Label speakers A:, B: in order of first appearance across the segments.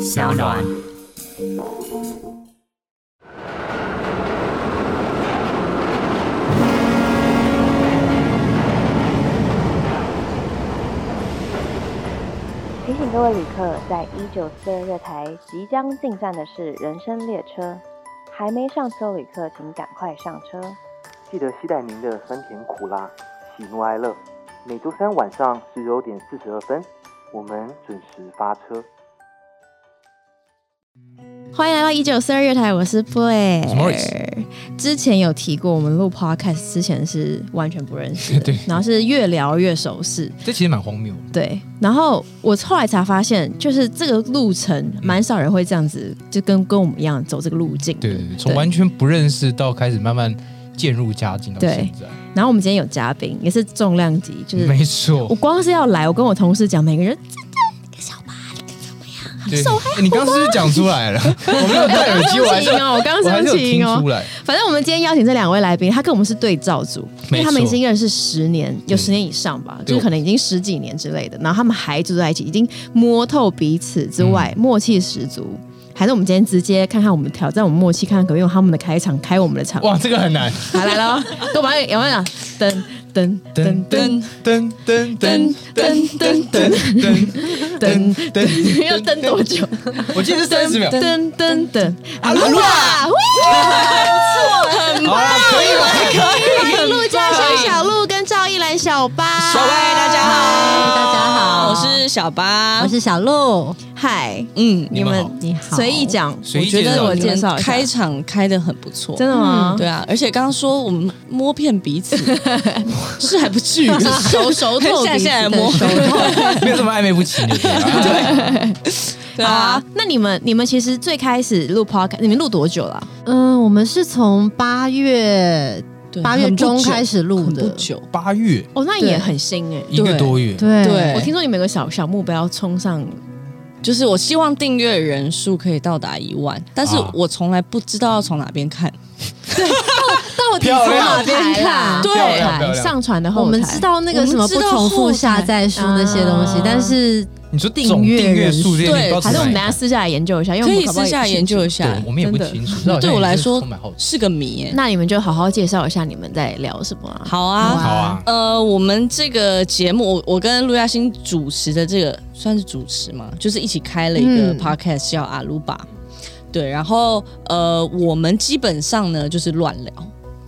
A: 小暖。
B: 提醒各位旅客，在一九四二月台即将进站的是人生列车，还没上车旅客请赶快上车。
C: 记得期待您的酸甜苦辣、喜怒哀乐。每周三晚上十九点四十二分，我们准时发车。
D: 欢迎来到一九四二月台，我是 Play
E: 我是 Morris。
D: 之前有提过，我们录 Podcast 之前是完全不认识的
E: 对，
D: 然后是越聊越熟识。
E: 这其实蛮荒谬的。
D: 对，然后我后来才发现，就是这个路程蛮少人会这样子，就跟跟我们一样走这个路径。
E: 对对对，从完全不认识到开始慢慢渐入佳境到
D: 对
E: 现在，
D: 然后我们今天有嘉宾，也是重量级，就是
E: 没
D: 我
E: 错。
D: 光是要来，我跟我同事讲，每个人
E: 对，哎你刚刚是不是讲出来了？我没有戴耳机，我还是
D: 声音哦，我刚刚
E: 我还是有
D: 生气
E: 听
D: 哦
E: 出。来。
D: 反正我们今天邀请这两位来宾，他跟我们是对照组，因为
E: 没
D: 他们已
E: 错
D: 经认识十年，有
E: 嗯
D: 十年以上吧，
E: 对
D: 就是可能已经十几年之类的。然后他们还住在一起，已经摸透彼此之
E: 嗯
D: 外，默契十足。还是我们今天直接看看我们挑战我们默契，看看可不可以用他们的开场开我们的场。
E: 哇，这个很难。
D: 好来了，跟我们有没有讲？噔噔噔
E: 噔
D: 噔
E: 噔噔噔
D: 噔噔
E: 噔
D: 噔
E: 噔噔噔
D: 噔
E: 噔
D: 噔，
E: 噔，
D: 要噔多久？
E: 我记得是三十秒。
D: 噔噔噔噔，啊，
E: 录
D: 啦！
E: 好啦，可以了。
D: 欢 迎陆家香小鹿跟赵一兰小八。
F: 小白，大家好，
A: 大家好
F: 我是小八，
A: 我是小鹿，
D: 嗨，
F: 嗯，
E: 你们好
A: 你好
D: 随意讲，
E: 随意
D: 我觉得
E: 介绍
D: 我
E: 一下
D: 介绍一下
F: 开场开的很不错，
D: 真的
A: 嗯
D: 吗？
F: 对啊，而且刚刚说我们摸遍彼此，是还不至于，
A: 啊
D: 熟熟 透彼此
F: 现在现在
D: 的
F: 摸
D: 熟
F: 啊
E: 没有什么暧昧不清的。
F: 对
D: 啊
F: 啊，，
D: 那你们你们其实最开始录 podcast，你们录多久了？
A: 嗯，我们是从八月
F: 对
A: 八月中开
F: 始
A: 始录
F: 很不
A: 的，
F: 久，
E: 八月
D: 哦，那
F: 对
D: 也很新哎。
E: 一个多月，
A: 对
F: 对
D: 我听说你们有个小小目标，冲上
F: 就是我希望订阅人数可以到达一万，但是
E: 啊
F: 我从来不知道要从哪边看，
A: 到底
E: 漂
A: 从
E: 亮
A: 哪边看？
F: 对
E: 漂亮漂
D: 台
E: 亮。
D: 上传的后
A: 我
D: 台，
A: 们知道那个什么不重复下载数那些东西
D: 啊，
A: 但是
E: 你说总订阅数这些，你不知道从
D: 还是我们
E: 哪
D: 等一下私下来研究一下，因为
F: 可
D: 我们
F: 以
D: 搞不好
F: 私下
D: 也不
F: 研究一
E: 对
F: 下。
E: 我们也不
D: 真的
E: 清楚。知道
F: 啊对我来说
E: 充满好奇。
F: 是个谜耶。
D: 那你们就好好介绍一下你们在聊什么啊？
F: 好啊，
E: 好啊，
F: 呃，我们这个节目，我我跟陆嘉欣主持的这个算是主持嘛，就是一起开了一个
A: 嗯
F: podcast、叫阿鲁巴，对，然后呃，我们基本上呢就是乱聊，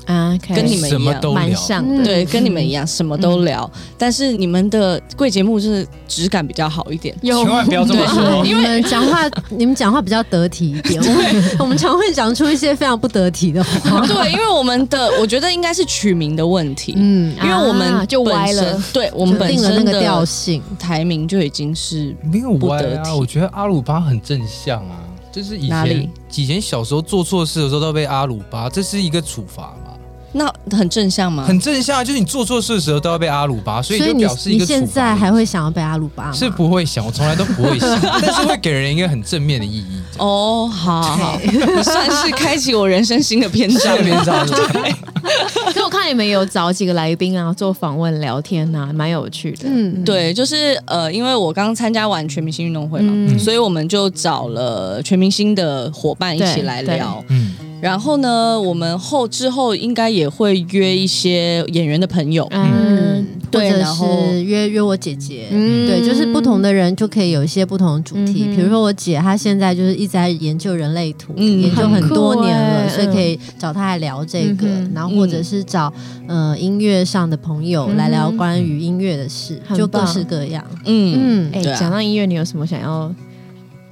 D: 啊，OK，
F: 跟你们
E: 什么都
D: 蛮
E: 聊。
D: 像
A: 嗯
D: 的，
F: 对，跟你们一样什么都聊，但是你们的贵节目就是质感比较好一点，
D: 有
E: 千万不要这么说，
A: 你们讲话， 你们讲话比较得体一点，我们 我们常会讲出一些非常不得体的 话。
F: 对，因为我们的我觉得应该是取名的问题，
A: 嗯，
F: 因为我们、
D: 啊就歪了，
F: 对我
A: 我
F: 们
A: 们
F: 本
A: 定了那
F: 身
A: 个调
F: 的
A: 性，
F: 台名就已经是
E: 没有歪
F: 不得体
E: 啊！我觉得阿鲁巴很正向啊，就是以
F: 哪里
E: 前以前小时候做错事的时候都要被阿鲁巴，这是一个处罚嘛，
F: 那很正向吗？
E: 很正向啊。就是你做错事的时候都要被阿鲁巴，所以
A: 所以
E: 就
A: 你
E: 表示一
A: 你
E: 个处罚的意
A: 现
E: 思。
A: 在还会想要被阿鲁巴吗？
E: 是不会想，我从来都不 会想，但是会给人一个很正面的意义。
F: 哦，好好，好 你算是开启我人生新的篇章
E: 这。边这样子，
D: 可我看你们有找几个来宾啊，做访问聊天啊，蛮有趣的。
A: 嗯，
F: 对，就是呃，因为我刚参加完全明星运动会嘛，
D: 嗯
F: 所以我们就找了全明星的伙伴一起
D: 对
F: 来
D: 对
F: 聊。
E: 嗯，
F: 然后呢，我们后之后应该也会约一些演员的朋友。
D: 嗯，
A: 或
F: 对
A: 者
F: 然后
A: 是约约我姐姐，
D: 嗯
A: 对，就是不同的人就可以有一些不同的主题。
D: 嗯哼
A: 比如说我姐，她现在就是一直在研究人类图，
F: 嗯
A: 研究很多年
D: 很
A: 了，
D: 酷欸
A: 所以可以找她来聊这个。
D: 嗯哼
A: 然后或者是找呃音乐上的朋友来聊关于音乐的事，
D: 嗯
A: 就
D: 很棒
A: 各式各样。
F: 嗯，
A: 嗯，
D: 哎，
F: 对啊
D: 讲到音乐，你有什么想要？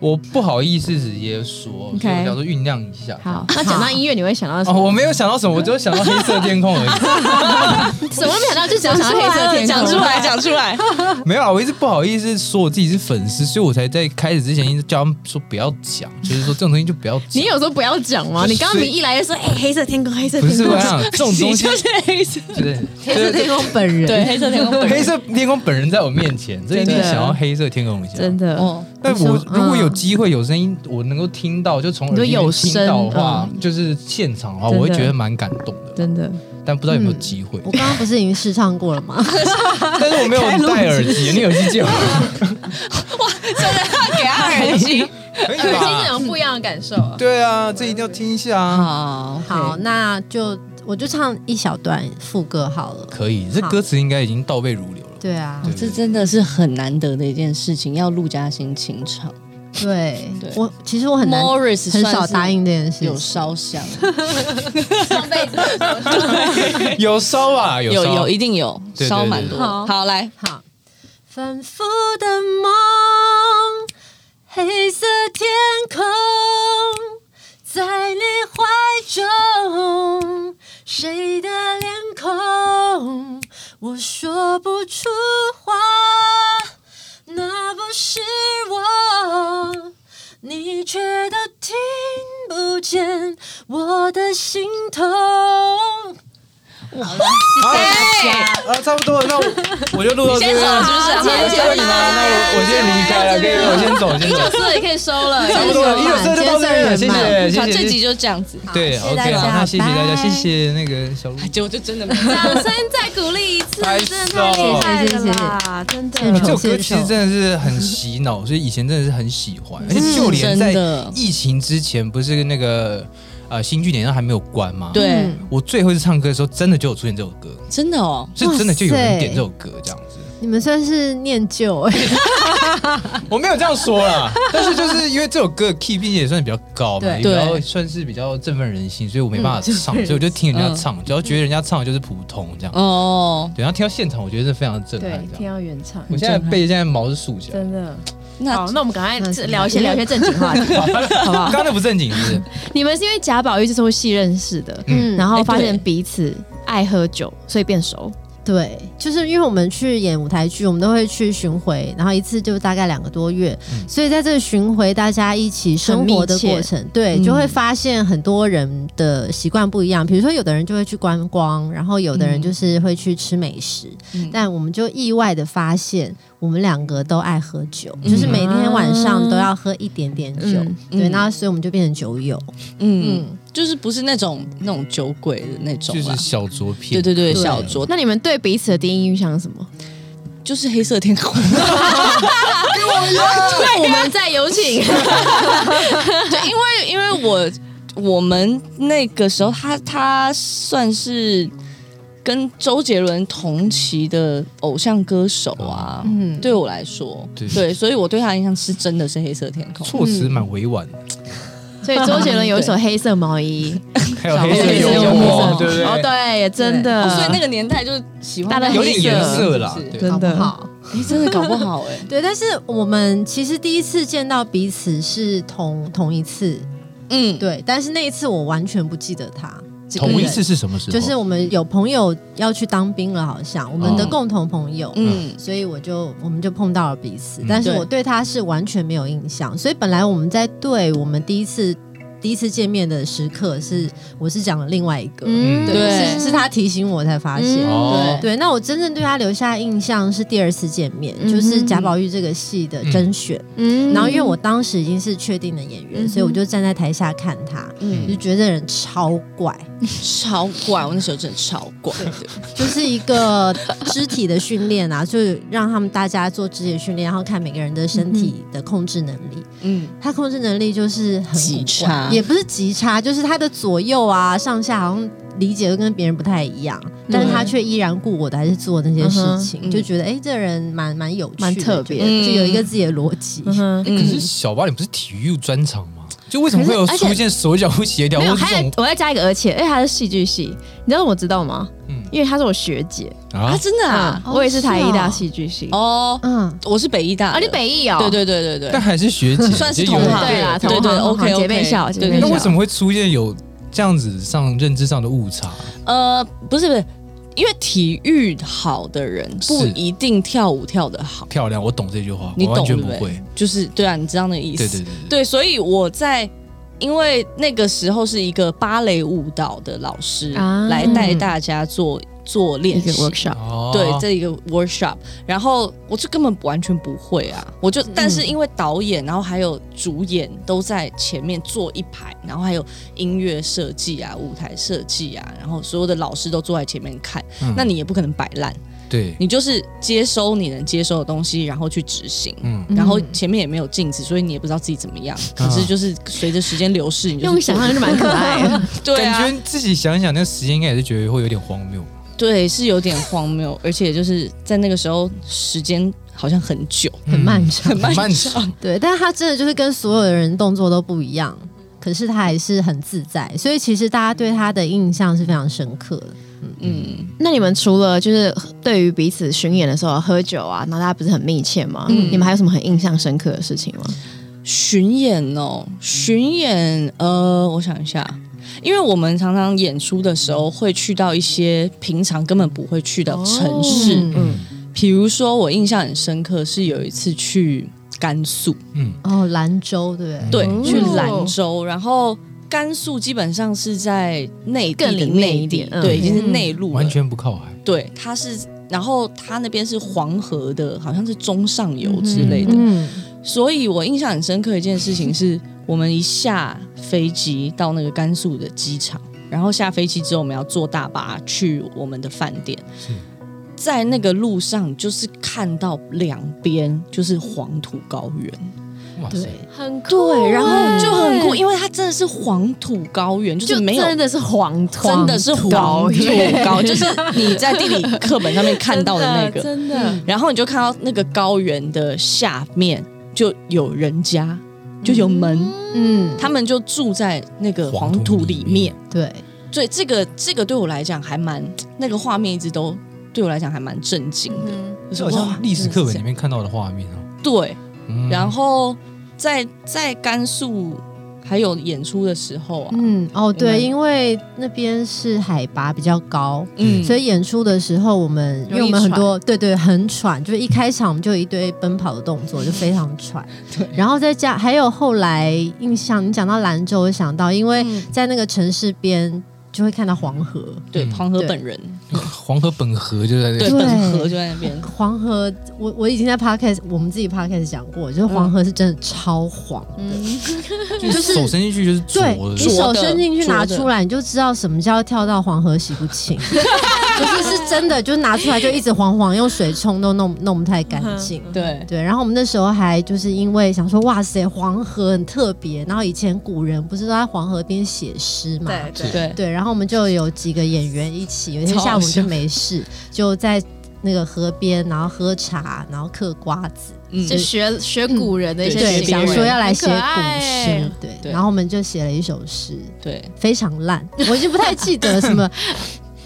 E: 我不好意思直接说，所以我想说酝酿一下。
D: 好，那讲到音乐，你会想到什
E: 哦，
D: 么？
E: 我没有想到什么，我就想到黑色天空而已。
D: 什么都没想到，就只有想到
A: 讲出
D: 黑
A: 来
D: 色天空。
F: 讲出来，讲出来。
E: 没有啊，我一直不好意思说我自己是粉丝，所以我才在开始之前一直叫他们说不要讲，就是说这种东西就不要讲。
D: 你有时候不要讲嘛，
E: 就是
D: 你刚刚你一来就说，哎，黑色天空，黑色
E: 不
D: 天空。
E: 是我想这种东
F: 你
E: 西
F: 就是黑色，
E: 就是
A: 黑 色天空本人，
F: 对，黑色 天空本人
E: 黑色天空本人在我面前，这一定想要黑色天空一下。
D: 真的，
F: 哦，
E: 但啊我
A: 嗯
E: 如果有机会有声音，我能够听到，就从耳
D: 你说有
E: 机
D: 声
E: 听到的话，就是现场的话，
D: 真的
E: 我会觉得蛮感动的。
D: 真的，
E: 但不知道有没有机会
A: 我，刚刚不是已经试唱过了吗？
E: 但是我没有戴耳机，你耳机借我。
F: 真的要给他耳机，
E: 可以
G: 听这
E: 吧？
G: 种不一样的感受啊。
E: 啊对啊，这一定要听一下啊！
F: 哦好
H: 好，，那就我就唱一小段副歌好了。
E: 可以，这
H: 好
E: 歌词应该已经倒背如流了。
H: 对啊，
E: 对
F: 这真的是很难得的一件事情，要陆嘉欣清唱。
H: 对
F: 对
H: 我其实我很难
F: Morris
H: 很
F: 算
H: 少
F: 是
H: 答应这件事
F: 有
H: 情。
F: 烧香，
G: 上辈子的时候
E: 有烧啊，有
F: 有
E: 烧
F: 有一定有
E: 对对
F: 烧蛮
E: 对
F: 多
E: 对
F: 的。
H: 好
F: 好，来，
H: 好，反复的梦，黑色天空，在你怀中，谁的脸孔，我说不出话，那不是我。你却都听不见我的心痛。
F: 哎
E: 啊，差不多了，那我我就录到这
G: 先
E: 边啊
G: 走是不
E: 了。
G: 是？
E: 谢谢你们，那我我先离开了，可以，我先走，我先走，
G: 这也可以收了，
E: 差不多了，一九四就到这边了，谢谢，
F: 好，
E: 谢谢
F: 这
E: 谢
F: 集
E: 谢。
F: 就这样子。
E: 对
H: 好谢谢
E: ，OK
H: 大家
E: 了，那谢谢大家，
H: 拜
E: 谢谢那个小鹿，
F: 结果就真的没有。
G: 掌声再鼓励一次，
D: 哎
E: 拍哎
G: 真的太厉害了啦！真
H: 谢谢
E: 这
G: 的，
E: 首歌其实真的是很洗脑，所以以前真的是很喜欢，而且
F: 嗯
E: 就连在
F: 真的
E: 疫情之前，不是那个呃新剧点上还没有关吗？，
H: 嗯
F: 对，
E: 我最后一次唱歌的时候，真的就有出现这首歌，
F: 真的哦，
E: 是真的就有人点这首歌这样子。
H: 你们算是念旧哎、
E: 我没有这样说啦，但是就是因为这首歌的 key 毕竟也算是比较高嘛，
H: 对
E: 也比较
F: 对
E: 算是比较振奋人心，所以我没办法唱，所以我就听人家唱，只要觉得人家唱的就是普通这样。
F: 哦，
E: 对，然后听到现场，我觉得是非常震撼这样。
G: 到原唱
E: 我现在背现在毛是竖起来，
G: 真的。
F: 那
G: 好，那我们赶快
H: 那是
G: 聊一些聊一些正经话 题。
E: 好吧？刚刚那不正经是不是？
D: 你们是因为贾宝玉这出戏认识的，
E: 嗯
D: 然后发
F: 哎
D: 现
F: 对
D: 彼此爱喝酒，所以变熟。
H: 对，就是因为我们去演舞台剧，我们都会去巡回，然后一次就大概两个多月，
E: 嗯
H: 所以在这个巡回大家一起生活的过程，对，
D: 嗯
H: 就会发现很多人的习惯不一样。比如说，有的人就会去观光，然后有的人就是会去吃美食，
F: 嗯
H: 但我们就意外的发现，我们两个都爱喝酒，就是每天晚上都要喝一点点酒，
D: 嗯
H: 对，
F: 嗯
H: 那所以我们就变成酒友，
F: 嗯，就是不是那种那种酒鬼的那种
E: 就
F: 啦
E: 是。小酌片，
F: 对对对，
H: 对
F: 小酌，那
D: 那你们对彼此的第一印象是什么？
F: 就是黑色天空。
G: 那我们再有请，
F: 对， 因为因为我我们那个时候他，他算是跟周杰伦同期的偶像歌手啊。
D: 嗯，
F: 对我来说，
E: 对
F: 所以我对他的印象是真的是黑色天空。
E: 措辞蛮委婉的，
D: 所以周杰伦有一首《黑色毛衣
E: 还有》，
F: 黑色
E: 黑色
F: 幽
E: 幽
F: 默
E: 默，对不
D: 哦，
E: 对？
D: 对，真的。
F: 哦所以那个年代就是喜欢
D: 大家
E: 有点颜色啦
F: 是不是
E: 对
H: 好
D: 真
H: 不
D: 的
H: 好？
F: 哎，真的搞不好哎、
H: 对，但是我们其实第一次见到彼此是同同一次，
F: 嗯，
H: 对，但是那一次我完全不记得他。这个
E: 同一
H: 人
E: 次是什么时候？
H: 就是我们有朋友要去当兵了，好像我们的
E: 哦
H: 共同朋友，
F: 嗯
H: 嗯，所以我就我们就碰到了彼此
E: 嗯，
H: 但是
F: 对
H: 我对他是完全没有印象，所以本来我们在对我们第一次第一次见面的时刻是我是讲了另外一个，
D: 嗯
F: 对
H: 对，是是他提醒我才发现，
E: 哦，
H: 对，那我真正对他留下印象是第二次见面，
D: 嗯哼
H: 就是贾宝玉这个戏的甄选。
D: 嗯
H: 然后因为我当时已经是确定的演员，
D: 嗯哼
H: 所以我就站在台下看他，
F: 嗯
H: 就觉得这人超怪，
F: 超怪，我那时候真的超怪的，
H: 就是一 个肢体的训练啊，就让他们大家做肢体的训练，然后看每个人的身体的控制能力。
F: 嗯，
H: 他控制能力就是很
F: 极
H: 古怪
F: 差
H: 也不是极差，就是他的左右啊、上下好像理解都跟别人不太一样，但是他却依然故我的还是做那些事情，
F: 嗯嗯哼
H: 就觉得哎、诶这人蛮蛮有趣的，
D: 蛮特别
H: 就就有一个自己的逻辑。
D: 嗯哼
E: 可是小八，你不是体育专场吗？就为什么会有
D: 可是而且
E: 出现手脚不协调，
D: 没
E: 或
D: 有，
E: 是这
D: 还有
E: 种
D: 我再加一个，而且，哎，她是戏剧系，你知道我知道吗？
E: 嗯
D: 因为她是我学姐，嗯
E: 啊
F: 啊，？真的啊，
D: 我也是台艺大戏剧系。
F: 哦，
H: 嗯，
F: 我是北医大的，
D: 啊，你北艺哦？
F: 对对对对
E: 但
F: 对，
E: 还是学姐，
F: 算是
E: 就有啊
F: 同行，
D: 对啦
F: 对
D: 同行
F: 对
D: 同行
F: ，OK
D: 姐妹校
F: 对
D: 姐妹
F: 对
E: 那
D: 校
F: 对
E: 为。什么会出现有这样子上认知上的误差？
F: 呃，不是不是，因为体育好的人不
E: 是
F: 一定跳舞跳得好，
E: 漂亮，我懂这句话，
F: 你
E: 我完
F: 懂对
E: 全不
F: 对？
E: 会。
F: 就是对啊，你知道那个意思。
E: 对对对对，
F: 对所以我在。因为那个时候是一个芭蕾舞蹈的老师、
D: 啊
F: 来带大家做做练
D: 一
F: 习
D: 个 workshop，
E: 哦
F: 对这一个 workshop，然后我就根本完全不会啊，
D: 嗯
F: 我就但是因为导演，然后还有主演都在前面坐一排，然后还有音乐设计啊、舞台设计啊，然后所有的老师都坐在前面看，
E: 嗯
F: 那你也不可能摆烂，
E: 对，
F: 你就是接收你能接收的东西，然后去执行。
E: 嗯，
F: 然后前面也没有镜子，所以你也不知道自己怎么样。
E: 啊
F: 可是就是随着时间流逝，你就是
D: 用想象就蛮可爱 的。
F: 对啊，
E: 感觉自己想想那个时间，应该也是觉得会有点荒谬。
F: 对，是有点荒谬，而且就是在那个时候，时间好像很久，
E: 很
D: 漫长
E: 很漫长。
H: 对，但是他真的就是跟所有的人动作都不一样，可是他还是很自在，所以其实大家对他的印象是非常深刻的。
F: 嗯，
D: 那你们除了就是对于彼此巡演的时候喝酒啊，然后大家不是很密切吗？
H: 嗯
D: 你们还有什么很印象深刻的事情吗？
F: 巡演哦，巡演，呃，我想一下，因为我们常常演出的时候会去到一些平常根本不会去的城市，
D: 哦
E: 嗯
F: 比如说我印象很深刻是有一次去甘肃，
E: 嗯
H: 哦，兰州对不
F: 对，
H: 对？
D: 哦
F: 去兰州，然后。甘肃基本上是在内地
D: 更
F: 的
D: 里面
F: 内
D: 一
F: 地
D: 点，嗯
F: 对，已经是内陆了，
E: 完全不靠海，
F: 对，它是，然后它那边是黄河的，好像是中上游之类的，
H: 嗯，
F: 所以我印象很深刻一件事情是，我们一下飞机到那个甘肃的机场，然后下飞机之后，我们要坐大巴去我们的饭店
E: 是。
F: 在那个路上，就是看到两边就是黄土高原，
E: 哇塞！
I: 很酷
F: 对，然后就很酷，因为它真的是黄土高原，就是没有
I: 真的是黄土，
F: 真的是黄土 高， 就是你在地理课本上面看到的那个，
I: 真的
F: 然后你就看到那个高原的下面就有人家，就有门，
H: 嗯，
F: 他们就住在那个黄土里面。
D: 嗯
H: 对，
F: 对，这个这个对我来讲还蛮，那个画面一直都对我来讲还蛮震惊的，就是
E: 这好
F: 哇
E: 像历史课本里
F: 真的
E: 面看到的画面哦。
F: 是这样对。
E: 嗯
F: 然后在在甘肃还有演出的时候啊，
H: 嗯，哦
F: 我
H: 对，
F: 们
H: 因为那边是海拔比较高，
F: 嗯，
H: 所以演出的时候我们因为我们很多对对很喘，就是一开场我们就有一堆奔跑的动作，就非常 喘。对，然后再加还有后来印象，你讲到兰州，我想到因为
F: 嗯
H: 在那个城市边就会看到黄河，
F: 对
E: 嗯
F: 黄河
H: 对
F: 本人，
E: 黄河本河就在那
F: 对
E: 里，
F: 本河就在那边，
H: 黄河，我我已经在 podcast 我们自己 podcast 讲过，就是黄河是真的超黄，
E: 就是手伸进去就是浊
H: 对
E: 的，
H: 你手伸进去
F: 浊的
H: 拿出来，你就知道什么叫跳到黄河洗不清，就是是真的，就拿出来就一直黄黄，用水冲都弄弄不太干净。
F: 对，
H: 对，然后我们那时候还就是因为想说，哇塞，黄河很特别。然后以前古人不是都在黄河边写诗嘛？
I: 对对，
F: 对，
H: 对，然后我们就有几个演员一起，有一天
F: 超
H: 下
F: 好
H: 午就
F: 笑
H: 没事，就在那个河边，然后喝茶，然后嗑瓜子，
F: 嗯
I: 就学学古人的一些
F: 对
H: 嗯对，
I: 行
H: 想
I: 为，
H: 说要来写古
I: 很可爱
H: 诗，对，
F: 对
H: 然后我们就写了一首诗，
F: 对，
H: 非常烂，我已经不太记得 什么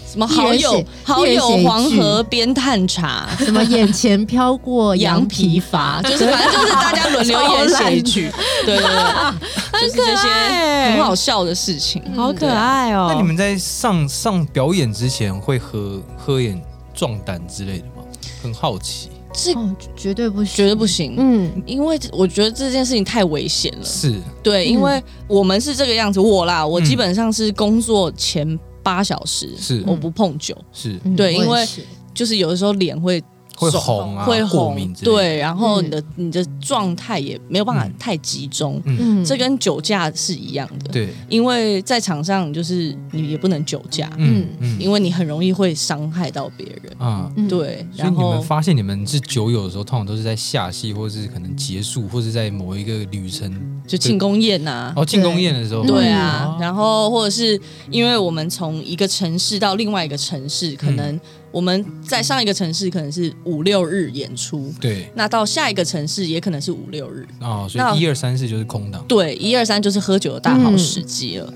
F: 什么好
H: 一人
F: 友
H: 写
F: 好
H: 一人
F: 友
H: 写一句
F: 黄河边探茶，
H: 什么眼前飘过 羊
F: 羊
H: 皮
F: 皮筏，，
H: 筏
F: 就是反正就是大家轮流演写一句，对对对，就是这些
H: 欸
F: 很好笑的事情，啊
I: 好可爱
D: 啊
E: 那
F: 嗯
E: 你
I: 哦。
E: 们在上上表演之前会喝喝点壮胆之类的吗？很好奇，
F: 这
H: 哦，绝对不行，
F: 绝对不行。
H: 嗯，
F: 因为我觉得这件事情太危险了，
E: 是
F: 对，
H: 嗯
F: 因为我们是这个样子，我啦，我基本上是工作前八小时，
E: 是
F: 我不碰酒，
E: 是
H: 嗯
F: 对
H: 我也
F: 因为
H: 是
F: 就是有的时候脸会
E: 会红啊，
F: 会
E: 过
F: 红
E: 敏，之类的，
F: 对，然后你的你的状态也没有办法太集中，
H: 嗯，
F: 这跟酒驾是一样的，
E: 对，
F: 因为在场上就是你也不能酒驾，
E: 嗯嗯，
F: 因为你很容易会伤害到别人。
E: 啊。
H: 嗯
F: 对，
E: 所以
F: 然
E: 你们
F: 后
E: 发现你们是酒友的时候，通常都是在下戏，或是可能结束，或是在某一个旅程，
F: 就庆功宴呐、
E: 然后庆功宴哦的时候，
F: 对啊，
E: 嗯
F: 然后或者是因为我们从一个城市到另外一个城市，可
E: 嗯
F: 能我们在上一个城市可能是五六日演出，
E: 对
F: 那到下一个城市也可能是五六日。
E: 啊，所
F: 那
E: 以一二三四就是空档。
F: 对，一二三就是喝酒的大好时机了。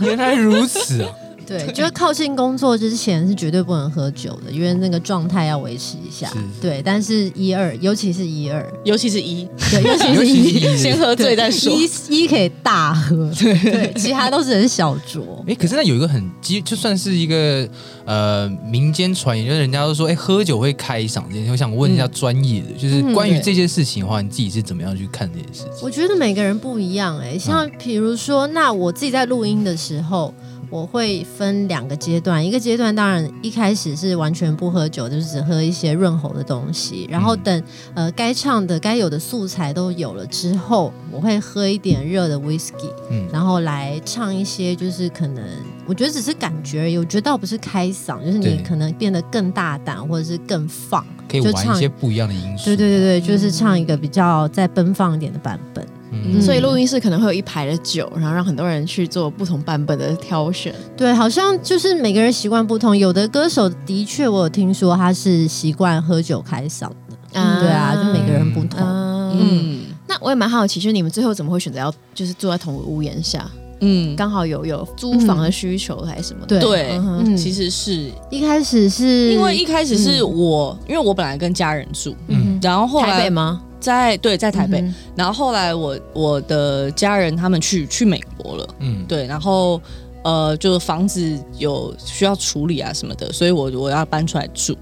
E: 原来如此啊！
H: 对，就是靠近工作之前是绝对不能喝酒的，因为那个状态要维持一下
E: 是。
H: 对，但是一二，尤其是一二，
F: 尤其是一，
H: 对，尤其
E: 尤
H: 是
E: 其是
H: 一。
E: 一
F: 先
E: 人。
F: 喝醉再说。
H: 一一可以大喝，对，其他都只能小酌。
E: 哎，可是那有一个很基，就算是一个呃民间传言，就是人家都说，哎，喝酒会开嗓这件事。我想问一下专业
H: 嗯
E: 的，就是关于这件事情的话，你自己是怎么样去看这件事情？
H: 我觉得每个人不一样
E: 嗯
H: 哎、像比如说，那我自己在录音的时候，我会分两个阶段，一个阶段当然一开始是完全不喝酒，就是只喝一些润喉的东西，
E: 嗯
H: 然后等、呃该唱的、该有的素材都有了之后，我会喝一点热的 whisky，
E: 嗯
H: 然后来唱一些就是可能我觉得只是感觉而已，我觉得倒不是开嗓，就是你
E: 对
H: 可能变得更大胆，或者是更放，
E: 可以
H: 就
E: 玩
H: 唱
E: 一些不一样的因素。
H: 对对对对，就是唱一个比较再奔放一点的版本。
E: 嗯，
D: 所以录音室可能会有一排的酒，然后让很多人去做不同版本的挑选。
H: 对，好像就是每个人习惯不同，有的歌手的确我有听说他是习惯喝酒开嗓的，对啊，就每个人不同。
D: 嗯，
F: 嗯
D: 那我也蛮好奇，就是你们最后怎么会选择要就是住在同个屋檐下？
F: 嗯，
D: 刚好有有租房的需求还是什么的？
H: 对
F: 对
D: 嗯，哼
H: 嗯
F: 其实是
H: 一开始是
F: 因为一开始是我，因为我本来跟家人住，
E: 嗯
F: 然后后
D: 台北
F: 来
D: 吗？
F: 在对在台北
D: 嗯，
F: 然后后来我我的家人他们去去美国了，
E: 嗯，
F: 对，然后呃，就房子有需要处理啊什么的，所以我我要搬出来住，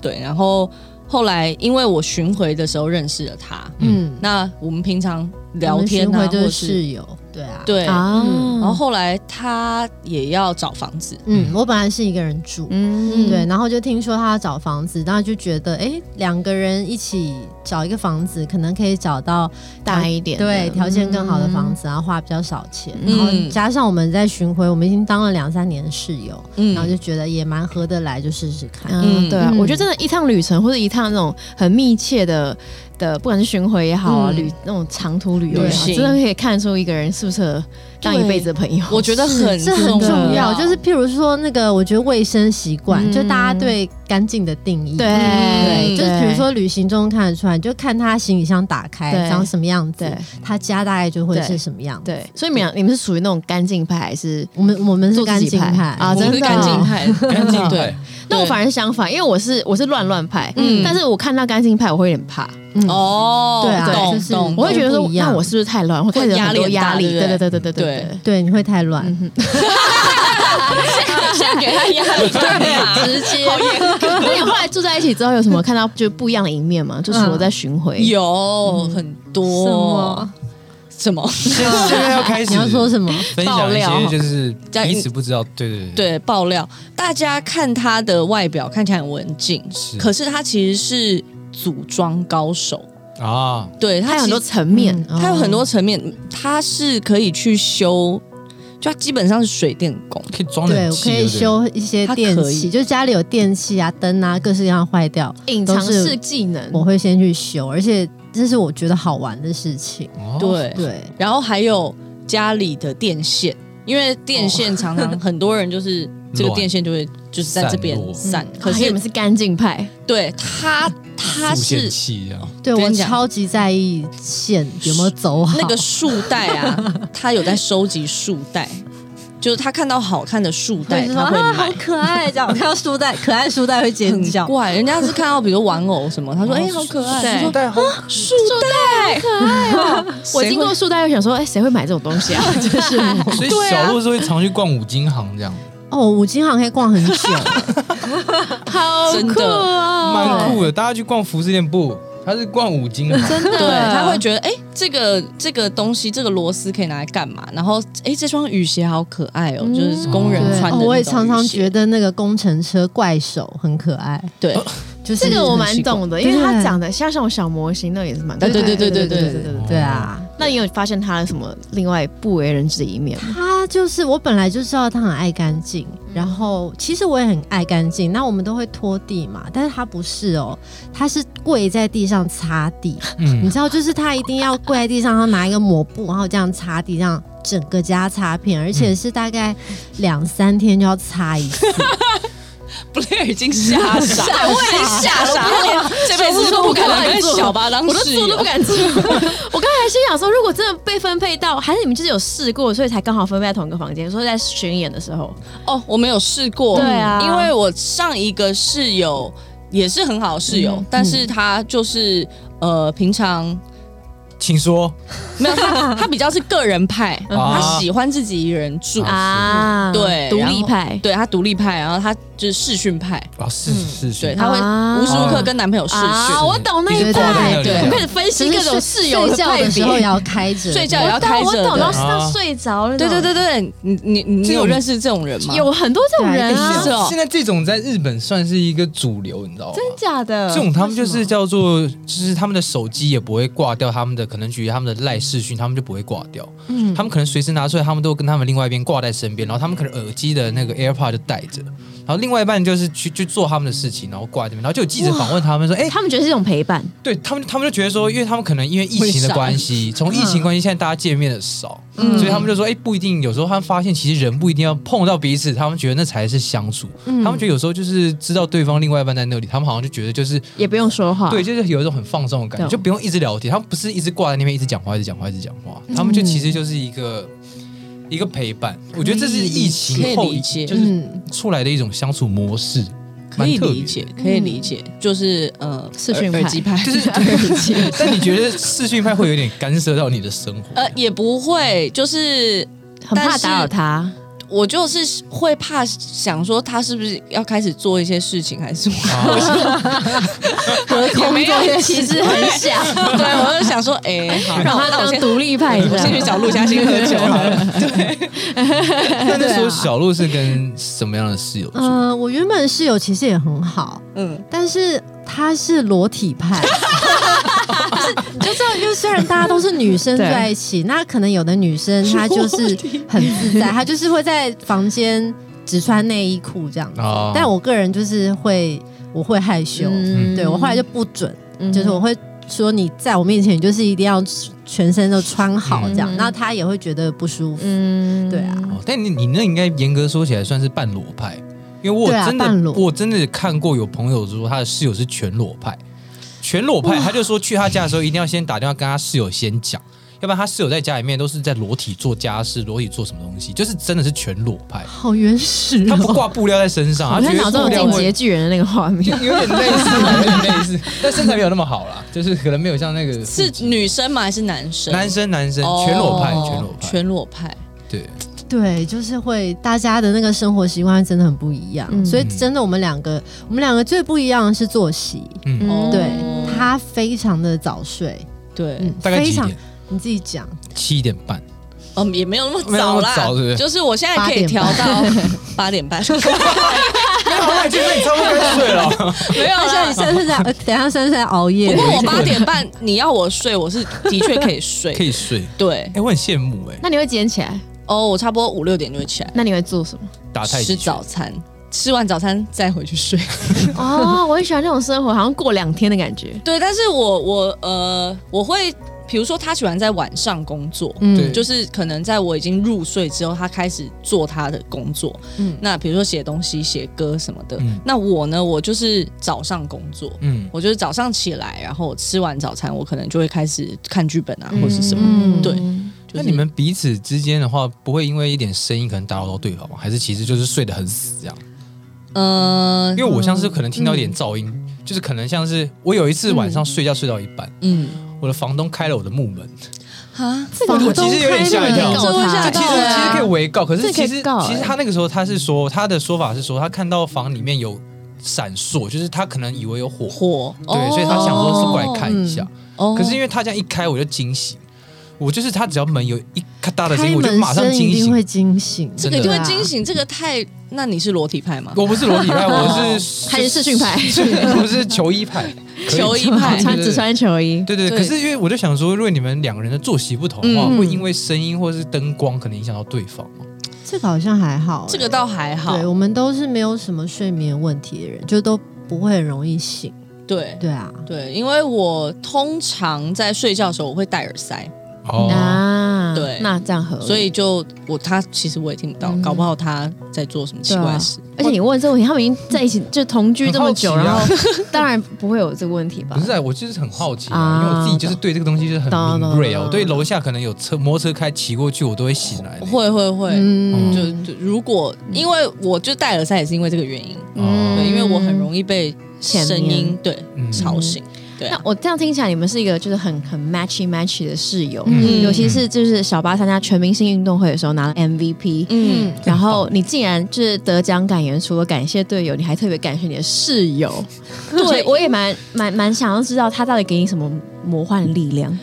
F: 对，然后后来因为我巡回的时候认识了他，
H: 嗯，
F: 那我们平常
H: 我
F: 聊
H: 们
F: 天
H: 巡
F: 啊，
H: 回
F: 或
H: 就
F: 者
H: 是
F: 是
H: 室友，对啊，，
F: 对，
D: 啊，
H: 嗯
F: 然后后来他也要找房子，
H: 嗯，我本来是一个人住，
D: 嗯
H: 对，，然后就听说他要找房子，然后就觉得，哎，两个人一起找一个房子，可能可以找到
D: 大一点的，
H: 对条件更好的房
D: 子，
H: 子，然后啊花比较少钱，
F: 嗯
H: 然后加上我们在巡回，我们已经当了两三年的室友，
F: 嗯
H: 然后就觉得也蛮合得来，就试试看。
D: 嗯，对啊，
H: 嗯
D: 我觉得真的，一趟旅程或者一趟那种很密切的的，不管是巡回也好啊，
F: 嗯
D: 旅那种长途旅游也
F: 旅
D: 好，
F: 行
D: 真的可以看出一个人适不适合当一辈子的朋友。啊
F: 我觉得很
H: 这很重要，
F: 要，
H: 就是譬如说那个，我觉得卫生习惯，
D: 嗯
H: 就大家对干净的定义，
D: 对
H: 对，
F: 嗯
H: 就是比如说旅行中看得出来，就看他行李箱打
D: 对
H: 开长什么样子
D: 对，
H: 他家大概就会
D: 对
H: 是什么样子。
D: 对，所以你们俩你们是属于那种干净派还是？
H: 我们我们是
D: 做
H: 干
D: 自己
H: 净
D: 派
H: 派
D: 啊
F: 我
D: 真
F: 们
D: 的
F: 是干净派，
E: 干净
F: 对
E: 对，
D: 那我反而相反，因为我是我是乱乱派，
F: 嗯
D: 但是我看到干净派我会有点怕，
H: 嗯
F: 哦，
H: 对啊
F: 懂
H: 就是
F: 懂，
D: 我会觉得
H: 不
D: 说
H: 一样
D: 那我是不是太乱，或者
F: 会压
D: 很
F: 力
D: 多
F: 很
D: 压
F: 大
D: 力？对
F: 对不
D: 对
F: 对
D: 对对对对
F: 对。
H: 对，你会太乱。
F: 现在给他压力太
D: 啊
F: 大，直接
D: 那你后来住在一起之后，有什么看到就不一样的一面吗？就除了在巡回，
F: 有很多什么
E: 现在现在要开始
H: 你要说什么？
E: 分享一
D: 爆料
E: 些就是彼此不知道，对对对，
F: 对爆料，大家看他的外表看起来很文静，
E: 是
F: 可是他其实是组装高手，
E: 啊，
F: 对他
D: 它有很
F: 其
D: 多
F: 实
D: 层哦面，
H: 嗯
F: 他有很多层面，他是可以去修，就他基本上是水电工，
E: 可以装
H: 对，
E: 冷
H: 我
E: 气，
H: 可以
E: 对不对，
H: 修一些
F: 它
H: 电
F: 可
H: 器，
F: 以
H: 就是家里有电器啊、灯啊，各式各样坏掉，
D: 隐
H: 都
D: 藏
H: 是
D: 式技能。
H: 我会先去修，而且这是我觉得好玩的事情。
E: 哦，
F: 对，
H: 对，
F: 然后还有家里的电线，因为电线常常很多人就是这个
E: 乱
F: 电线就会就是在这边
E: 散
F: 散，
D: 可
F: 可
D: 是你
F: 是
D: 们是干净派，
F: 对他他
E: 无线
F: 是
E: 器这样，
H: 对
F: 跟
H: 我
F: 你讲
H: 超级在意线有没有走好。
F: 那个束带啊，他有在收集束带，就是他看到好看的束带
H: 对，
F: 他会买。
H: 可爱，这样看到书袋，可爱书袋会尖
F: 很怪，人家是看到比如玩偶什么，他说：“哎、好可爱。”
D: 对
F: 他说
E: 但
F: 束带，可 爱、
D: 我经过树大又想说，哎，谁会买这种东西啊？就是我
F: 啊
E: 所以小鹿是会常去逛五金行这样，
H: 哦，五金行可以逛很久，
D: 好
F: 真的
D: 酷哦，
E: 蛮酷的。大家去逛服饰店不？他是逛五金行，
D: 真的，
F: 对，他会觉得哎、这个这个东西，这个螺丝可以拿来干嘛？然后哎、这双雨鞋好可爱哦，就是工人
H: 对
F: 穿的、
H: 哦，我也常常觉
F: 得，
H: 得那个工程车怪手很可爱，
F: 对
H: 就是
D: 这个我
H: 们
D: 蛮懂的，因为他长得像这种小模型，那也是蛮可爱的
F: 对对对对对
D: 对对。
H: 对
F: 哦
H: 啊。
D: 那你有发现他的什么另外不为人知的一面吗？
H: 他就是我本来就知道他很爱干净，然后其实我也很爱干净。那我们都会拖地嘛，但是他不是哦，他是跪在地上擦地。你
E: 嗯，
H: 知道，就是他一定要跪在地上，然后拿一个抹布，然后这样擦地，这样整个家擦遍，而
F: 嗯
H: 且是大概两三天就要擦 一次。
F: 布莱尔已经吓傻，我已经吓傻，他连这辈子都不敢来跟小巴当
D: 我都
F: 室
D: 做都不
F: 友。
D: 敢做。 我刚才心想说，如果真的被分配到，还是你们就是有试过，所以才刚好分配在同一个房间，说在巡演的时候，
F: 哦，我没有试过，
D: 对啊
F: 因为我上一个室友也是很好的室友，但是他就是呃，平常
E: 请说
F: 没有他，他比较是个人派，
E: 啊
F: 他喜欢自己一个人住。
D: 啊，
F: 对
D: 独
F: 然
D: 立
F: 后
D: 派，
F: 对他独立派，然后他就是视讯派，
E: 啊，是是是，
F: 对，他会
D: 啊
F: 无时无刻跟男朋友视
D: 啊，
F: 讯，
D: 我懂那一
H: 对对
D: 派，
E: 对
D: 我开始分析各种室友的
H: 睡觉
D: 派
H: 的时
D: 别。
H: 候也要开着，
F: 睡觉也
D: 我
F: 要
D: 懂，
F: 开
D: 我
F: 着
D: 懂，然后是
F: 的。
D: 到
E: 啊
D: 睡着了。
F: 对对，对对，你你你
E: 这
F: 有
E: 种
F: 认识这种人吗？
D: 有很多这种人啊，
F: 是哦
E: 现在这种在日本算是一个主流，你知道吗？
D: 真假的？
E: 这种他们就是叫做，就是他们的手机也不会挂掉他们的可能举他们的赖视讯，他们就不会挂掉。嗯，他们可能随时拿出来，他们都跟他们另外一边挂在身边，然后他们可能耳机的那个 AirPod 就带着，然后另外一半就是去去做他们的事情，然后挂在这边，然后就有记者访问他们说，哎、
D: 他们觉得是一种陪伴，
E: 对他们，他们就觉得说，因为他们可能因为疫情的关系，从疫情关系，现在大家见面的少，
F: 嗯
D: 嗯
E: 所以他们就说，哎、不一定，有时候他们发现其实人不一定要碰到彼此，他们觉得那才是相处。他们觉得有时候就是知道对方另外一半在那里，他们好像就觉得就是
D: 也不用说话。
E: 对，，就是有一种很放松的感觉，
D: 懂
E: 就不用一直聊天，他们不是一直挂在那边一直讲话，一直讲话，一直讲话，嗯他们就其实就是一个。一个陪伴，我觉得这是疫
F: 可
E: 情
F: 以
E: 后
F: 理解
E: 就是嗯
D: 嗯
E: 出来的一种相处模式，
F: 可
E: 蛮
F: 以
E: 特别
F: 理
E: 的
F: 解，可以理解，就是呃，
D: 嗯视讯
F: 耳
D: 派
F: 耳机派，
E: 就是对。但你觉得视讯派会有点干涉到你的生活？
F: 呃，也不会，就是
D: 很怕
F: 但是
D: 打扰他。
F: 我就是会怕想说他是不是要开始做一些事情，还是我
E: 啊
D: 隔
F: 也
D: 空
F: 没
D: 作业
F: 有
D: 其实很想
F: 对，我就想说，哎、好，
D: 让他
F: 那我
D: 当
F: 先
D: 独立派
F: 我
D: 的，
F: 先去找哦陆嘉欣喝 酒好了。
E: 那那时候小鹿是跟什么样的室友住？
H: 嗯、我原本室友其实也很好，
F: 嗯，
H: 但是她是裸体派。就是就这样，就虽然大家都是女生住
D: 对
H: 在一起，那可能有的女生她就是很自在，她就是会在房间只穿内衣裤这样子。
E: 哦
H: 但我个人就是会，我会害羞，
E: 嗯
H: 对我后来就不准，就是我会说你在我面前，你就是一定要全身都穿好这样，那她也会觉得不舒服。
D: 嗯
H: 对啊，
E: 哦，但你你那应该严格说起来算是半裸派，因为我
H: 对啊
E: 真的、
H: 半裸
E: 我真的看过有朋友说他的室友是全裸派，全裸派他就说去他家的时候一定要先打电话跟他室友先讲。要不然他室友在家里面都是在裸体做家事，裸体做什么东西，就是真的是全裸派。
H: 好原
D: 哦
H: 始、
E: 他不挂布料在身上，
D: 我
E: 他
D: 在
E: 啊觉
D: 脑
E: 得
D: 中有
E: 布料
D: 进
E: 会
D: 阶巨人的那个画 面，
E: 有点类似，有点类似， 但身材没有那么好啦，就是可能没有像那个
F: 是女生吗？还是男生？
E: 男生男生
F: 哦
E: 全裸派，全裸派，
F: 全裸派。
E: 对，
H: 对，就是会大家的那个生活习惯真的很不一样，
D: 嗯
H: 所以真的我们两个，我们两个最不一样的是作息。
E: 嗯，
F: 哦
H: 对他非常的早睡，
F: 对，
H: 嗯，
E: 大概
H: 非
E: 几
H: 常
E: 点？
H: 你自己讲，
E: 七点半，
F: 嗯，也没有那么
E: 没有那
F: 早
E: 么
F: 啦，
E: 早对不对
F: 就是我现在可以
H: 8
F: 调
H: 点半
F: 到八点半，
E: 没有，那就是你差不多该睡了。
F: 没有
H: 他现在
F: 啦。
H: 现在 在，呃等一下现在在熬
F: 不
H: 夜，
F: 过我八点半你要我睡，我是的确可以 睡
E: 可。以睡，
F: 对，
E: 哎，我很羡慕哎，
D: 那你会捡起来？
F: 哦，我差不多五六点就会起来
D: 那你会做 什么？
E: 打啊太
F: 吃
E: 极
F: 早餐，吃完早餐再回去 睡。
D: 哦，我很喜欢这种生活，好像过两天的感觉。
F: 对，但是我我呃，我会比如说他喜欢在晚上工作，
D: 嗯
E: 对
F: 就是可能在我已经入睡之后，他开始做他的工作。嗯，那比如说写东西、写歌什么的。
E: 嗯
F: 那我呢，我就是早上工作。
E: 嗯，
F: 我就是早上起来，然后我吃完早餐，我可能就会开始看剧本啊，或是什么。
D: 嗯，
F: 对，就
E: 那
F: 是
E: 你们彼此之间的话，不会因为一点声音可能打扰到对方吗？还是其实就是睡得很死这样？
F: 呃
E: 因为我像是可能听到一点噪音，就是可能像是我有一次晚上睡觉睡到一半，
F: 嗯
E: 我的房东开了我的木门，
F: 啊，
E: 我我其实有点吓一跳，
D: 告他
E: 这其实
F: 对
E: 其
F: 啊
E: 实可以围告，可是
D: 这可
E: 其
D: 以
E: 实
D: 告欸
E: 其实他那个时候他是说他的说法是说他看到房里面有闪烁，就是他可能以为有火，
F: 火
E: 对，所以他想说是过来看一下。
F: 哦
E: 可是因为他这样一开我就惊醒，我就是他只要门有一咔嗒的声
H: 开
E: 音，我就马
H: 门
E: 上
H: 声
E: 惊
H: 一定会
E: 醒。
H: 惊醒，
E: 真
F: 你就
E: 的，
F: 会惊醒，这个太……那你是裸体派吗？
E: 我不是裸体派，我是
D: 还是视讯派，
E: 我是球衣派，可以
F: 球衣 派
D: 穿只。穿球衣。
E: 对对对，
F: 对
E: 可是因为我就想说，如果你们两个人的作息不同的话，
F: 嗯
E: 会因为声音或是灯光可能影响到对方吗？
H: 这个好像还好，欸
F: 这个倒还好
H: 对，我们都是没有什么睡眠问题的人，就都不会很容易醒，
F: 对
H: 对啊，
F: 对，因为我通常在睡觉的时候我会戴耳塞，
E: 哦，
D: 啊，
F: 对
D: 那这样合理。
F: 所以就我他其实我也听不到，
D: 嗯啊
F: 搞不好他在做什么奇怪的事。
D: 而且你问这个问题，他们已经在一起就同居这么久，
E: 很好奇
D: 然
E: 啊
D: 后当然不会有这个问题吧
E: 不？是啊，我就是很好奇啊，
D: 啊
E: 因为我自己就是对这个东西就是很敏锐啊。
D: 懂
E: 我对楼下可能有车摩托车开骑过去，我都会醒来哦的。
F: 会会会，
H: 嗯
F: 就就如果
D: 嗯
F: 因为我就戴耳塞也是因为这个原因，
E: 哦
F: 对，因为我很容易被
D: 前
F: 声
D: 面
F: 音对
E: 嗯
F: 吵醒。对啊
D: 那我这样听起来，你们是一个就是很很 matchy matchy 的室友，
E: 嗯
D: 尤其是就是小巴参加全明星运动会的时候拿了 MVP，
F: 嗯，
D: 然后你竟然就是得奖感言，除了感谢队友，你还特别感谢你的室友。对，我也蛮蛮蛮想要知道他到底给你什么魔幻力量，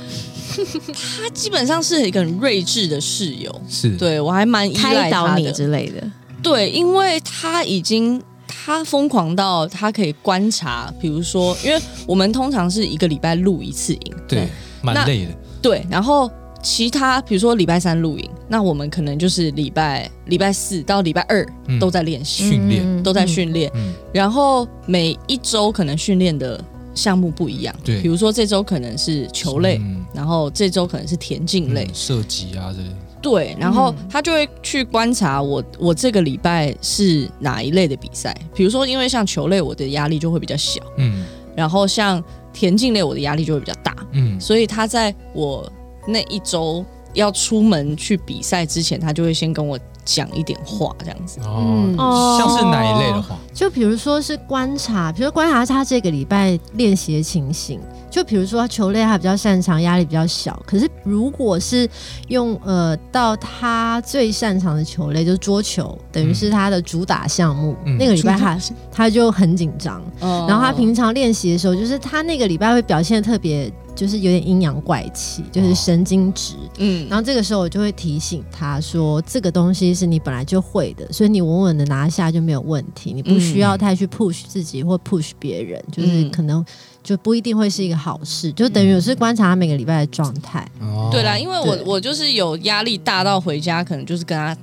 F: 他基本上是一个很睿智的室友，
E: 是，
F: 对我还蛮依
D: 开
F: 赖
D: 导
F: 他
D: 你
F: 的。
D: 之类的。
F: 对，因为他已经他疯狂到他可以观察，比如说，因为我们通常是一个礼拜录一次影，
E: 对，蛮
F: 那
E: 累的。
F: 对，然后其他比如说礼拜三露营，那我们可能就是礼拜礼拜四到礼拜二
E: 嗯
F: 都在练习，
E: 训练，
F: 都在训练，
E: 嗯，
F: 然后每一周可能训练的项目不一样，
E: 对
F: 比如说这周可能是球类。
E: 嗯
F: 然后这周可能是田径类，
E: 嗯射击啊这类，
F: 对，然后他就会去观察我我这个礼拜是哪一类的比赛，比如说因为像球类我的压力就会比较小，
E: 嗯
F: 然后像田径类我的压力就会比较大，
E: 嗯，
F: 所以他在我那一周要出门去比赛之前，他就会先跟我讲一点话，这样子。
E: 哦
H: 嗯，
E: 像是哪一类的话，
H: 就比如说是观察，比如观察他这个礼拜练习的情形。就比如说球类他比较擅长，压力比较小。可是如果是用呃到他最擅长的球类，就是桌球，等于是他的主打项目，
E: 嗯
H: 那个礼拜他他就很紧张。
F: 哦
H: 然后他平常练习的时候，就是他那个礼拜会表现得特别，就是有点阴阳怪气，
D: 哦
H: 就是神经质。
F: 嗯
H: 然后这个时候我就会提醒他说，这个东西是你本来就会的，所以你稳稳的拿下就没有问题，你不
D: 嗯
H: 需要太去 push 自己或 push 别人，就是
F: 嗯
H: 可能就不一定会是一个好事，
D: 嗯
H: 就等于我是观察他每个礼拜的状态。
E: 哦
F: 对啦，因为我
H: 对
F: 我就是有压力大到回家，可能就是跟他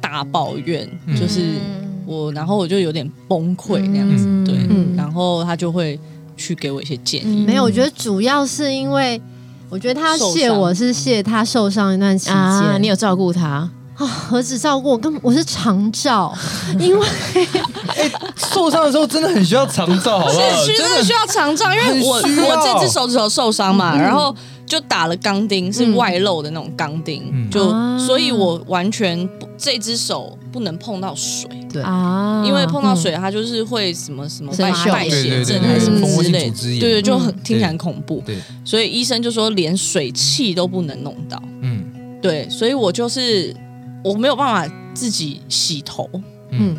F: 大抱怨，
E: 嗯
F: 就是我，然后我就有点崩溃那样子，
I: 嗯
F: 对，
H: 嗯
F: 然后他就会去给我一些建
D: 嗯
F: 议，
H: 没有，我觉得主要是因为。我觉得他
F: 受
H: 谢
F: 伤
H: 我是谢他受伤一段期间，
D: 啊，你有照顾他，
H: 啊何止照顾我，根本我是长照，因为
E: 受伤的时候真的很需要长照，好不好？
F: 其实真
E: 真
F: 的
E: 的
F: 需要长照，因为我
E: 很需要嗯
F: 我这只手指头受伤嘛，然后就打了钢钉，是外露的那种钢钉，
E: 嗯
F: 就、
H: 啊
F: 所以我完全不这只手不能碰到水。
D: 啊
F: 因为碰到水，它就是会什么什么败
H: 嗯生锈
F: 败血
E: 对对
F: 症
E: 对
F: 还是什
E: 对
F: 么之类
E: 蜂窝性
F: 的
E: 组织，炎嗯
F: 对对，就很听起来很恐怖。
E: 对，
F: 所以医生就说连水汽都不能弄到。
E: 嗯
F: 对，所以我就是我没有办法自己洗头，
E: 嗯，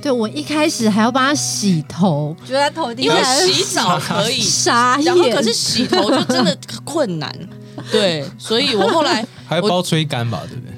H: 对我一开始还要帮他洗头，
A: 觉得头顶
F: 因为
H: 啊
F: 洗澡可以，
H: 傻
D: 啊
H: 眼。
F: 然后可是洗头就真 的困难。对，所以我后来
E: 还要包吹干吧，对不对？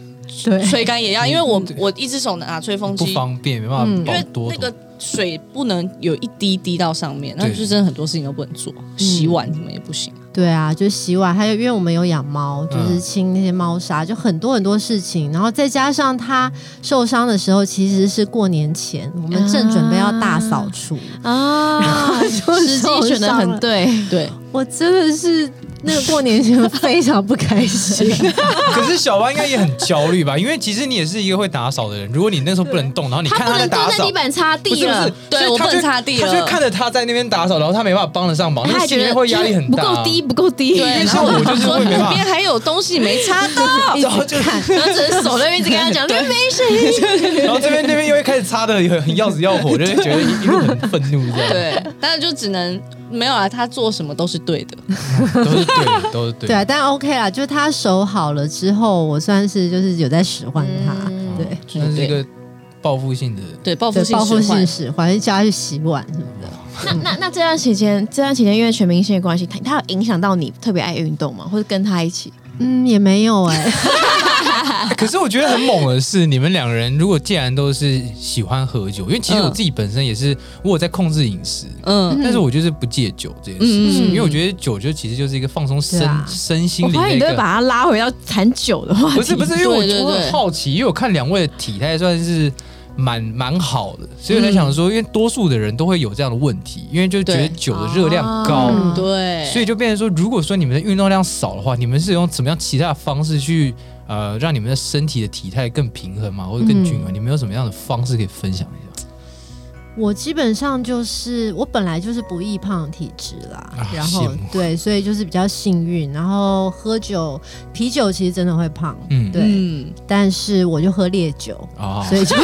H: 对
F: 吹干也要，因为我
E: 对
F: 我一只手拿吹风
E: 不
F: 机，
E: 方便，没办
H: 嗯
E: 法包
F: 因为
E: 多
F: 那个
E: 多。
F: 水不能有一滴滴到上面，那
E: 对
F: 就是真的很多事情都不能做，
H: 嗯
F: 洗碗什么也不行。
H: 对啊，就洗碗，还有因为我们有养猫，就是清那些猫砂，就很多很多事情。然后再加上他受伤的时候，其实是过年前，我们正准备要大扫除，
D: 啊，时机选的很
H: 嗯
D: 对，
F: 对，
H: 我真的是那个过年前我非常不开心。
E: 可是小巴应该也很焦虑吧？因为其实你也是一个会打扫的人，如果你那时候不能动，然后你看
D: 不
E: 在
D: 能
E: 打
D: 蹲在
E: 扫
D: 地。板擦
E: 不
D: 地
E: 是不
D: 了
E: 是，，
F: 对
E: 所以
F: 我
E: 他
F: 不能
E: 就
F: 擦地
E: 他就
F: 了
E: 看着他在那边打扫，然后他没办法帮得上忙，
D: 他
E: 那
D: 还
E: 个
D: 觉
E: 心里
D: 得
E: 面会压力很
D: 不
E: 大啊。
D: 够低，不够低，
F: 对，
E: 因为
F: 然
E: 像
F: 后
E: 我就是
F: 说
E: 会
F: 路
E: 没办法
F: 边还有东西没擦 到，
E: 然后就
D: 然后只是手那边一直跟他 讲，就没事，
E: 然后这边那边又会开始擦的很很要死要活，就是觉得一路很愤怒这样。
F: 对，但是就只能没有啊，他做什么都是对的，
E: 都是对的，都是对
H: 对
E: 的。
H: 啊，但 OK 啦，就他手好了之后，我算是就是有在使唤他，对。
E: 算是一个报复性的，
F: 对，报复
H: 对，
F: 性
H: 报复
F: 使唤
H: 性使唤，就叫他去洗碗什么的。
D: 那那那这段期间，这段期间因为全明星的关系，他他有影响到你特别爱运动吗？或者跟他一起？
H: 嗯，也没有哎、
F: 啊
E: 可是我觉得很猛的是，你们两个人如果既然都是喜欢喝酒，因为其实我自己本身也是，我有在控制饮食，
F: 嗯，
E: 但是我就是不戒酒这件事情，因为我觉得酒就其实就是一个放松身
H: 对啊
E: 身心
D: 我
E: 灵
D: 发
E: 的
D: 现你
E: 一
D: 都会
E: 个。
D: 把他拉回到谈酒的话题，
E: 不是不是，因为
F: 对对
E: 我我
F: 对
E: 很好奇，因为我看两位的体态算是蛮蛮好的，所以我在想说，因为多数的人都会有这样的问题，因为就觉得
F: 对
E: 酒的热量高，
D: 嗯
F: 对，
E: 所以就变成说，如果说你们的运动量少的话，你们是用怎么样其他的方式去呃让你们的身体的体态更平衡嘛，或者更均衡？你们有什么样的方式可以分享一下？
H: 我基本上就是我本来就是不易胖的体质啦，
E: 啊
H: 然后
E: 羡慕
H: 对，所以就是比较幸运。然后喝酒，啤酒其实真的会胖，
E: 嗯，
H: 对
F: 嗯，
H: 但是我就喝烈酒，
E: 啊，
H: 所 以就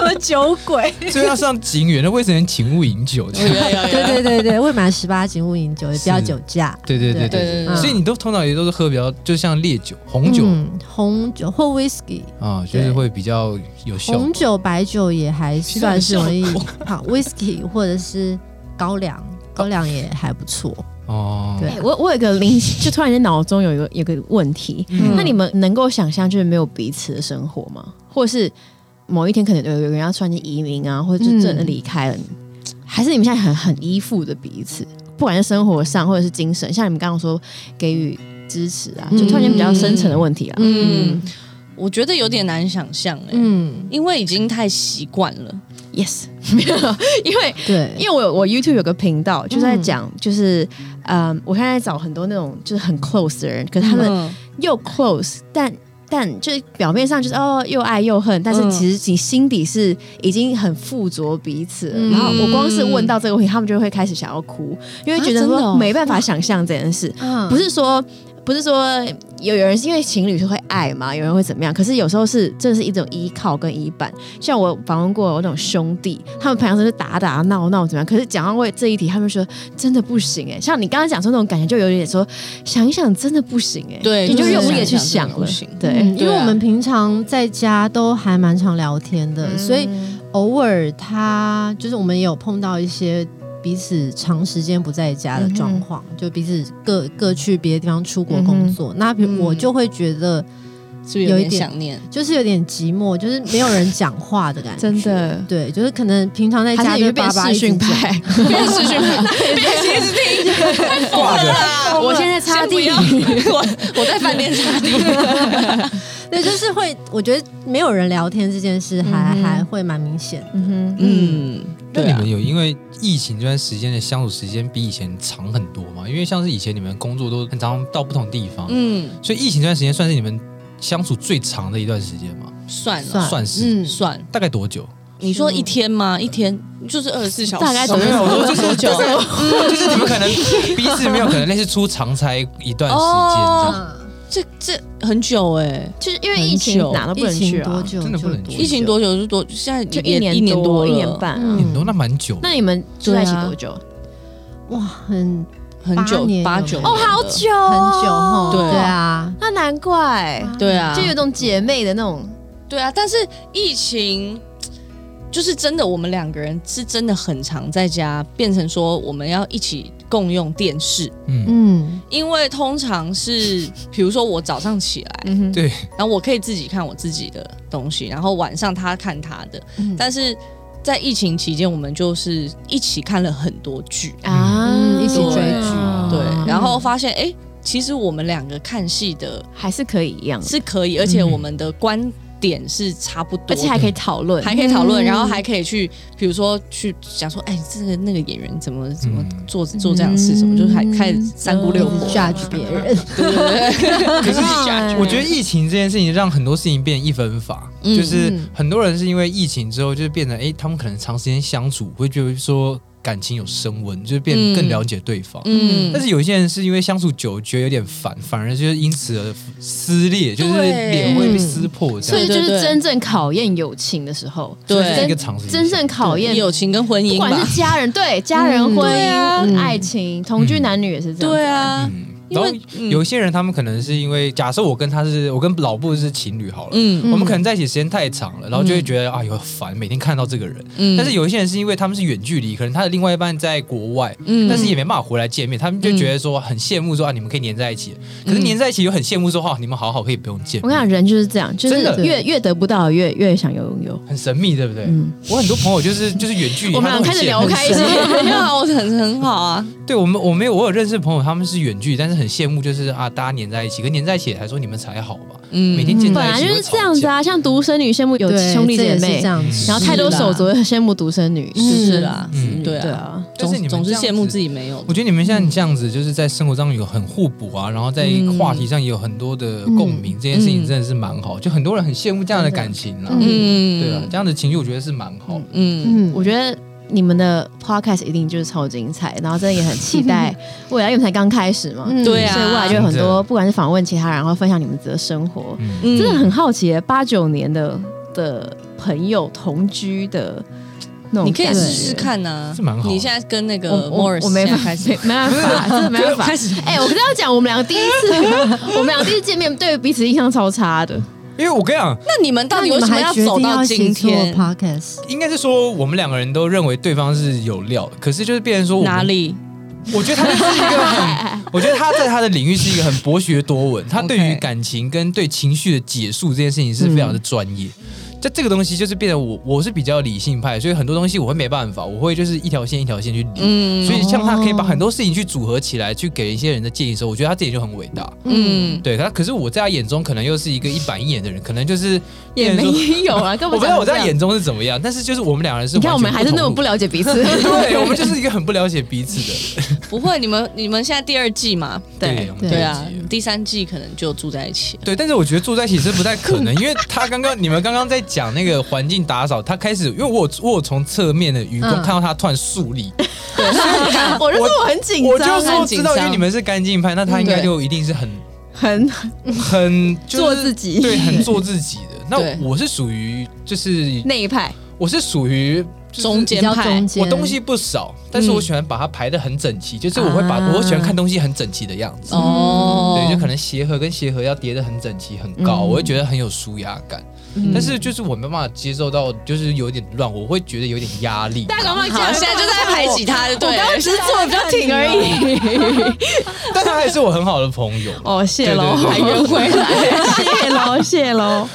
H: 喝酒鬼。
E: 所以要上警员，那未成年请勿饮酒。这
F: 有有
E: 样
F: 有
H: 对对 对
D: 嗯
H: 对，未满十八禁勿饮酒，也不要
E: 是
H: 酒驾。
E: 对对对
F: 对
E: 对
F: 对
E: 对，
F: 对，
E: 所以你都通常也都是喝比较，就像烈酒、红酒
H: 嗯、红酒或 whisky，
E: 啊，就是会比较有效。
H: 红酒、白酒也还算是容易
F: 效果
H: 胖，whisky 或者是高粱，高粱也还不错。
E: 哦，
H: 对
D: 哎我我有一个灵， 就突然间脑中有一个有一个问题，
E: 嗯
D: 那你们能够想象就是没有彼此的生活吗？或是某一天可能有有人要突然间移民啊，或者就真的离开了，还是你们现在很很依附着彼此，不管是生活上或者是精神，像你们刚刚说给予支持啊，就突然间比较深层的问题啊啦。
F: 嗯，我觉得有点难想象哎、
H: 嗯，
F: 因为已经太习惯了。
D: Yes，没 有，因为
H: 对，
D: 因为我有我 YouTube 有个频道，就在讲，就是嗯、我现在在找很多那种就是很 close 的人，可是他们
F: 嗯
D: 又 close，但但就是表面上就是哦又爱又恨，但是
F: 嗯
D: 其实你心底是已经很附着彼此了。
H: 嗯
D: 然后我光是问到这个问题，他们就会开始想要哭，因为觉
F: 啊
D: 得
F: 真的
D: 说
F: 哦
D: 没办法想象这件事。
H: 嗯
D: 不是说不是说有有人是因为情侣是会爱嘛，有人会怎么样？可是有时候是这是一种依靠跟依伴。像我访问过有那种兄弟，他们平常都是打打闹闹怎么样？可是讲到为这一题，他们说真的不行哎、像你刚刚讲说那种感觉，就有点说想一想真的不行哎、
F: 对
D: 你就
F: 就是
D: 越无
F: 想
D: 力
F: 一
D: 去想
F: 想真的
D: 了
F: 不行，
D: 对，
H: 嗯因为
F: 对啊
H: 我们平常在家都还蛮常聊天的，
D: 嗯
H: 所以
F: 嗯
H: 偶尔他就是我们也有碰到一些彼此长时间不在家的状况，
D: 嗯
H: 就彼此各各去别的地方出国工作。那比
F: 嗯
H: 我就会觉得
F: 是不是有
H: 有一
F: 点
H: 点
F: 想 念？
H: 就是有点寂寞，就是没有人讲话的感 觉。
D: 真的。
H: 对，就是可能平常在
D: 还
H: 家
D: 是你
H: 就
D: 就变
H: 爸爸
D: 视
H: 一直
D: 讯
H: 讲，
D: 派，
F: 电视剧 电视听，挂
E: 着
F: 了。
D: 我现在擦
F: 先不
D: 地
F: 要 我我在饭店擦地。
H: 对，就是会，我觉得没有人聊天这件事还、
D: 嗯哼
H: 还会蛮明显的。
D: 嗯哼，
F: 嗯，
E: 那你
F: 对啊
E: 们，有因为疫情这段时间的相处时间比以前长很多吗？因为像是以前你们工作都很常到不同地方，
F: 嗯，
E: 所以疫情这段时间算是你们相处最长的一段时间吗？
F: 算了，
H: 算
E: 算是，
F: 嗯，算。
E: 大概多久？
F: 你说一天吗？一天就是二十四小时，
D: 大概
E: 没有，我说就是
F: 多久？啊
E: 就是你们可能彼此没有可能类似出长差一段时间这样，
F: 这这很久哎，
D: 就是因为疫情
F: 很久
D: 哪都不
H: 疫
D: 能去
H: 情
D: 啊
H: 多，久
E: 真的不
H: 就
E: 能
H: 多
E: 去
F: 疫情多久就多？现在
D: 就
F: 也
D: 一年
F: 一年多
D: 多
F: 了
D: 一年，半啊。
H: 嗯
E: 你们都那蛮久。
D: 那你们住在一起多久？
H: 哇，很
F: 很
H: 八
F: 久
H: 年有
F: 八九
H: 哦
F: 好
D: 久
H: 很
D: 哦
H: 久吼，
F: 对
H: 对啊，
D: 那难怪，
F: 对啊，
D: 就有种姐妹的那种，
F: 对啊，但是疫情就是真的，我们两个人是真的很常在家，变成说我们要一起共用电视，
E: 嗯，
H: 嗯，
F: 因为通常是 比如说我早上起来，
D: 嗯哼，
E: 对，
F: 然后我可以自己看我自己的东西，然后晚上他看他的，
H: 嗯
F: 但是。在疫情期间，我们就是一起看了很多剧，
D: 啊
H: 嗯一起追
F: 剧对，
E: 嗯
F: 然后发现哎、诶其实我们两个看戏的
D: 还是可以一样，
F: 是可以，而且
E: 嗯
F: 我们的观点是差不多的，
D: 而且还可以讨论，
F: 还可以讨论，
H: 嗯
F: 然后还可以去，比如说去讲说，哎、这个那个演员怎么怎么
E: 嗯
F: 做做这样的事，什么，就是还开始三姑六
H: 一
F: 婆，
H: 直 judge 别人，
F: 对对
D: 嗯
F: 对，可是
E: 我觉得疫情这件事情让很多事情变一分法，
F: 嗯
E: 就是很多人是因为疫情之后，就是变成哎、诶他们可能长时间相处，会觉得说感情有升温，就是变
F: 嗯
E: 更了解对方。
F: 嗯
E: 但是有一些人是因为相处久，觉得有点烦，反而就是因此而撕裂，就是
F: 对
E: 脸会被撕破这
D: 所
E: 样
D: 以。就
F: 嗯对对
D: 是
F: 对
D: 真正考验友情的时候，
E: 所以这是一
F: 对
E: 个常识，
D: 真正考
H: 嗯
D: 验
F: 友。情跟婚
D: 不
F: 姻
D: 管
F: 吧
D: 是，家人对家人婚
F: 对啊
H: 嗯
D: 姻、爱情、同居男女也是这样。
F: 对，啊，
E: 嗯，
F: 因
E: 然后
F: 为嗯
E: 有一些人他们可能是因为，假设我跟他是我跟老布是情侣好了，
F: 嗯
E: 我们可能在一起时间太长了，然后就会觉得、哎呦烦，每天看到这个人。
F: 嗯
E: 但是有一些人是因为他们是远距离，可能他的另外一半在国外，
F: 嗯
E: 但是也没办法回来见
D: 嗯
E: 面，他们就觉得说很羡慕说啊你们可以黏在一起，可是黏在一起又很羡慕说哈、你们好好可以不用见
D: 我跟你
E: 面，
D: 讲，人就是这样，就
E: 真的
D: 是越越得不到，越越想拥有。
E: 很神秘，对不对？
D: 嗯
E: 我很多朋友就是就是远距离，
D: 我们俩
E: 他都很
D: 开始
E: 羡
D: 聊
E: 慕
D: 开心，
F: 没有啊，我很很好啊，
E: 对我们我没有我有认识的朋友他们是远距离，但是很羡慕就是啊大家黏在一起，可黏在一起还说你们才好吧，
F: 嗯
E: 每天见
D: 嗯本
E: 在一
D: 来
E: 起
D: 就是
E: 会吵
D: 这样子
E: 架。
D: 啊，像独生女羡慕有
H: 对
D: 兄弟
H: 这
D: 姐
H: 也是
D: 妹
H: 这，样子，
D: 然后太多手足会羡慕独生女，
F: 是啦，
E: 嗯
F: 对
D: 对
F: 啊，
D: 啊。
E: 但是你
F: 总
E: 们
F: 总是
E: 这样
F: 羡慕
E: 子
F: 自己没有的
E: 我，觉得你们现在这样子，就是在生活上有很互补啊，然后在话题上也有很多的
D: 嗯
E: 共鸣，这件事情真的是蛮好。就很多人很羡慕这样的感情啦，
F: 嗯
E: 对啊，这样的情绪我觉得是蛮好的。
F: 嗯，
H: 嗯，
D: 我觉得你们的 podcast 一定就是超精彩，然后真的也很期 待未来，因为我们才刚开始嘛，
H: 嗯
F: 对啊
D: 所以未来就有很多，不管是访问其他人，然后分享你们自己的生活，
E: 嗯，
F: 嗯
D: 真的很好奇耶，八九年的的朋友同居的那种，
F: 你可以试试。看呐、
E: 是蛮好的
F: 你现在跟那
D: 我
F: 个
D: 我
F: Morris
D: 我没
F: 现
D: 办法，
F: 在开
D: 没
F: 始
D: 没办法，真的没办法。
F: 开始
D: 哎、我跟他讲，我们两个第一次，我们两个第一次见面，对彼此印象超差的。
E: 因为我跟你讲，
F: 那你们到
H: 那
F: 底
H: 你
F: 为
H: 们
F: 什么
H: 还
F: 要
H: 决
F: 走
H: 定
F: 到
H: 要
F: 今
H: 一起做
F: 天？
H: podcast，
E: 应该是说我们两个人都认为对方是有料，可是就是变成说我们
F: 哪？里？
E: 我觉得他是一个 很，我觉得他在他的领域是一个很博学多闻，他对于
F: OK
E: 感情跟对情绪的解述这件事情是非常的专业。
F: 嗯
E: 这这个东西就是变得我我是比较理性派，所以很多东西我会没办法，我会就是一条线一条线去理。
F: 嗯
E: 所以像他可以把很多事情去组合起来，去给一些人的建议的时候，我觉得他自己就很伟大。
F: 嗯，
E: 对他，可是我在他眼中可能又是一个一板一眼的人，可能就是
D: 也没有啊，根
E: 我
D: 本
E: 不知道我
D: 讲
E: 在他
D: 这样。
E: 眼中是怎么样，但是就是我们两个人是
D: 你看，我们还
E: 完
D: 是
E: 全
D: 那么
E: 不
D: 不了解彼此。
E: 同 路，对我们就是一个很不了解彼此的人。
F: 不会，你们你们现在第二季嘛？
E: 对我们
F: 对
E: 第二
F: 啊
E: 季了，
F: 第三季可能就住在一起了。
E: 对，但是我觉得住在一起是不太可能，因为他刚刚你们刚刚在讲那个环境打扫，他开始因为我有我有从侧面的余光
H: 嗯
E: 看到他突然竖立，
D: 我就说我很紧张， 啊
E: 我就说
D: 很
E: 知
D: 紧
E: 道，
D: 张嗯
E: 因为你们是干净派，那他应该
F: 对
E: 就一定是很
D: 很
E: 很、就是
D: 做自己
E: 对，很做自己的。那
F: 对
E: 我是属于就是
D: 那一派，
E: 我是属于
F: 中
H: 比
F: 间
H: 较
F: 派
H: 中，间，
E: 我东西不少，但
D: 嗯
E: 是我喜欢把它排的很整齐，就是我会把、
H: 啊
E: 我喜欢看东西很整齐的样
D: 啊
E: 子。
F: 哦，
E: 对，就可能鞋盒跟鞋盒要叠的很整齐、很高，
D: 嗯
E: 我会觉得很有舒压感。但是就是我没办法接受到，就是有点乱，我会觉得有点压力。
D: 大家嘛，
F: 好，现在就在排挤他，对
D: 我刚
F: 了，
D: 刚只是 做比较挺而已。
E: 但他还是我很好的朋友。
D: 哦，谢喽，
E: 对对对
D: 还约回 来，谢喽，谢喽。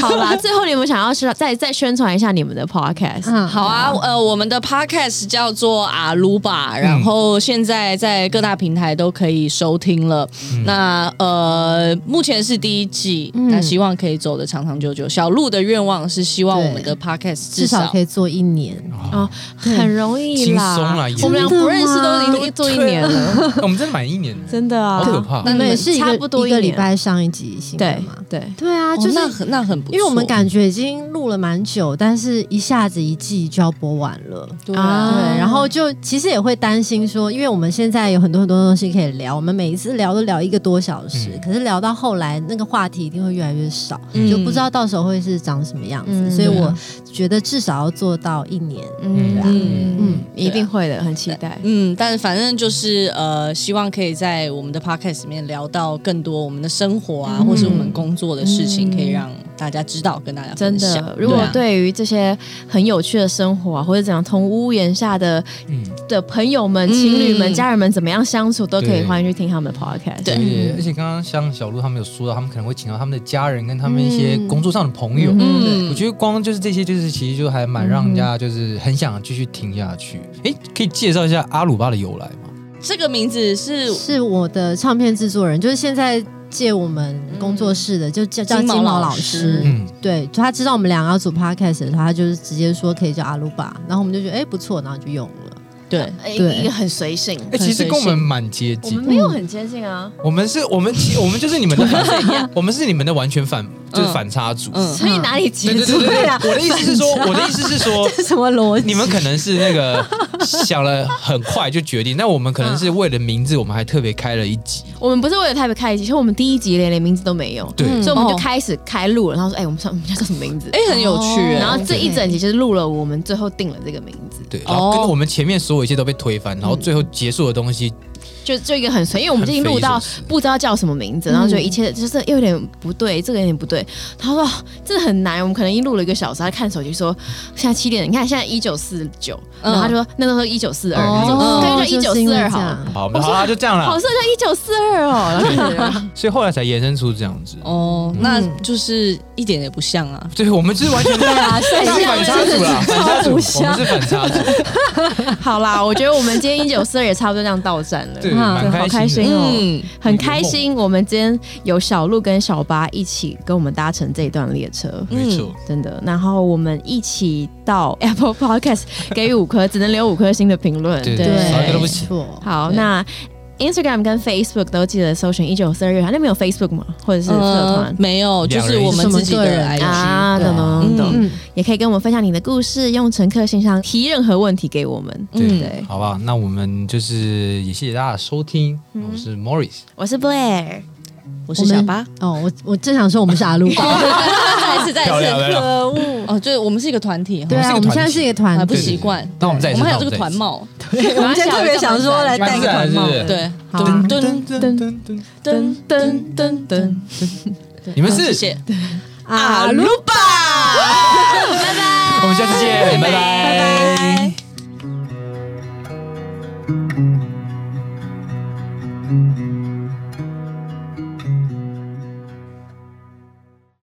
D: 好啦，最后你们想要是再再宣传一下你们的 podcast？
H: 嗯，
F: 好啊，呃，我们的 podcast 叫做阿鲁
H: 嗯
F: 巴，然后现在在各大平台都可以收听了。
H: 嗯
F: 那呃，目前是第一季，那希望可以走的长长久久。小鹿的愿望是希望
H: 对
F: 我们的 podcast
H: 至
F: 至
H: 少
F: 少
H: 可以做一年。
E: 嗯
D: 哦，很容易啦，
E: 轻松啦也
D: 我们俩不认识都已经做一年了，
E: 啊哦我们真的满一年了，
D: 真的啊
E: 好，可怕。
H: 你们也是一
D: 差
H: 个
D: 不多
H: 一个
D: 一
H: 礼
D: 年
H: 拜上一集新的
D: 对
H: 嘛？
D: 对。
H: 对啊，就
F: 哦
H: 是
F: 那很那很不错，
H: 因为我们感觉已经录了蛮久，但是一下子一季就要播完了。
F: 对
H: 对，
F: 啊，
H: 然后就其实也会担心说，因为我们现在有很多很多东西可以聊，我们每一次聊都聊一个多小时，
E: 嗯
H: 可是聊到后来那个话题一定会越来越少，
F: 嗯啊
H: 就不知道到时候会是长什么样子。
D: 嗯
H: 所以我觉得至少要做到一年。
D: 嗯嗯
H: 嗯，
D: 一
F: 啊
D: 定会的，很期待。
F: 嗯，但反正就是呃，希望可以在我们的 podcast 里面聊到更多我们的生活
H: 嗯
F: 啊，或是我们工作的事情，可以让大家知道，跟大家
D: 真
F: 分享
D: 的，如果
F: 对啊
D: 对于这些很有趣的生活啊，或者怎样同屋檐下的
E: 嗯，
D: 的朋友们、
F: 嗯
D: 情侣们、家人们怎么样相处，都可以
E: 对
D: 欢迎去听他们的 podcast。
F: 对
E: 而且而且刚刚像小鹿他们有说到，他们可能会请到他们的家人跟他们一些
H: 嗯
E: 工作上的朋友。
F: 嗯
E: 我觉得光就是这些，就是其实就还蛮让人家就是很想继续听下去。诶，可以介绍一下阿鲁巴的由来吗？
F: 这个名字是
H: 是我的唱片制作人，就是现在借我们工作室的，就叫叫
F: 金毛
H: 金毛
F: 老
H: 老
F: 师
H: 师。
E: 嗯，
H: 对，就他知道我们俩要做 podcast 的时候，他就是直接说可以叫阿鲁巴，然后我们就觉得哎、不错，然后就用了。
F: 对，
D: 哎
H: 对
D: 一个很随性，
E: 诶，哎其实跟我们蛮接
D: 我
E: 近
D: 们。没有很接近
F: 嗯
D: 啊，
E: 我们是我们其我们就是你们的反，我们是你们的完全反，就是反差组。
F: 嗯
D: 所以哪里接
E: 对对
D: 近？啊
E: 对对啊对，我的意思是说，我的意思是 说，
H: 什么逻辑？
E: 你们可能是那个想了很快就决定，那我们可能是为了名字，我们还特别开了一集。
D: 我们不是为了台北开一集，其实我们第一集连连名字都没有，
E: 对，
D: 所以我们就
F: 哦
D: 开始开录了，然后说，哎，我们上我们要叫什么名字？
F: 哎，很有趣耶。
D: 然
H: 哦
D: 后这一整集就是录了，我们最后定了这个名字，
E: 对，然后跟我们前面所有一切都被推翻，然后最后结束的东西，
D: 就就一个很随，因为我们就已经录到
E: 很匪夷所思
D: 不知道叫什么名字，然后就一切就是哎又有点不对，这个有点不对。他说这很难，我们可能已经录了一个小时，他看手机说现在七点，你看现在一九四九，
F: 嗯
D: 然后他就说那时候一九四二，他
E: 哦
D: 说干脆
H: 就
D: 一九
H: 是因
D: 四
H: 为
D: 二
H: 这
D: 好了。
H: 样
E: 好，我们好啦，就这样
D: 好
E: 了。
D: 适合一九四二哦，然后就觉得
E: 所以后来才延伸出这样子。
F: 哦，那
H: 嗯
F: 就是一点也不像啊。
E: 对，我们就是完全 对啊，大
D: 哎
E: 反差组啦，反差组，我们是反差组，
D: 好啦，我觉得我们今天一九四二也差不多这样到站了，
E: 对，
D: 嗯
E: 蛮
D: 好
E: 开
D: 开
E: 心的。
D: 心哦。
F: 嗯，
D: 很开心，我们今天有小鹿跟小巴一起跟我们搭乘这一段列车。
E: 没错，
D: 真的。然后我们一起到 Apple Podcast 给予五颗，只能留五颗星的评论。
E: 对
H: 对，
E: 啥都不
H: 没
E: 行
H: 错。
D: 好，那 Instagram 跟 Facebook 都记得搜寻一九四二乐团。那边有 Facebook 吗？或
F: 呃
D: 者是社团？
F: 没有，就是我们自己的
H: 两人
F: IG
D: 啊，
F: 对
D: 懂懂懂，
H: 嗯，
D: 也可以跟我们分享你的故事，用乘客信箱提任何问题给我们。
E: 对，好吧，那我们就是也谢谢大家的收听，我是 Morris，
D: 我是 Blair，
F: 我是小 巴，
H: 哦，我我正想说我们是阿鲁巴，
F: 再次再
E: 漂亮漂
F: 次，
E: 亮，
F: 哦，就是我们是一个团体，
H: 对啊，
E: 我
H: 我
E: 们是一个团体
F: 还
H: 们现在是一个团
F: 不
E: 对对
F: 习
E: 对
H: 体，
F: 惯。
E: 那我们再一
F: 我
E: 次
F: 们还有
E: 我们
F: 这
E: 再
F: 个
E: 一
F: 团
E: 次
F: 帽，
H: 我们现在特别想说来戴
E: 蛮自
H: 个
E: 然
H: 团
E: 的
H: 帽，
E: 是不是
F: 对，
H: 好
E: 噔
H: 啊，
E: 噔噔噔噔，
D: 噔噔噔噔，
E: 你们
F: 谢
E: 是，
F: 谢。
E: 啊
H: 阿鲁
E: 我们下次见，拜拜。
D: 拜。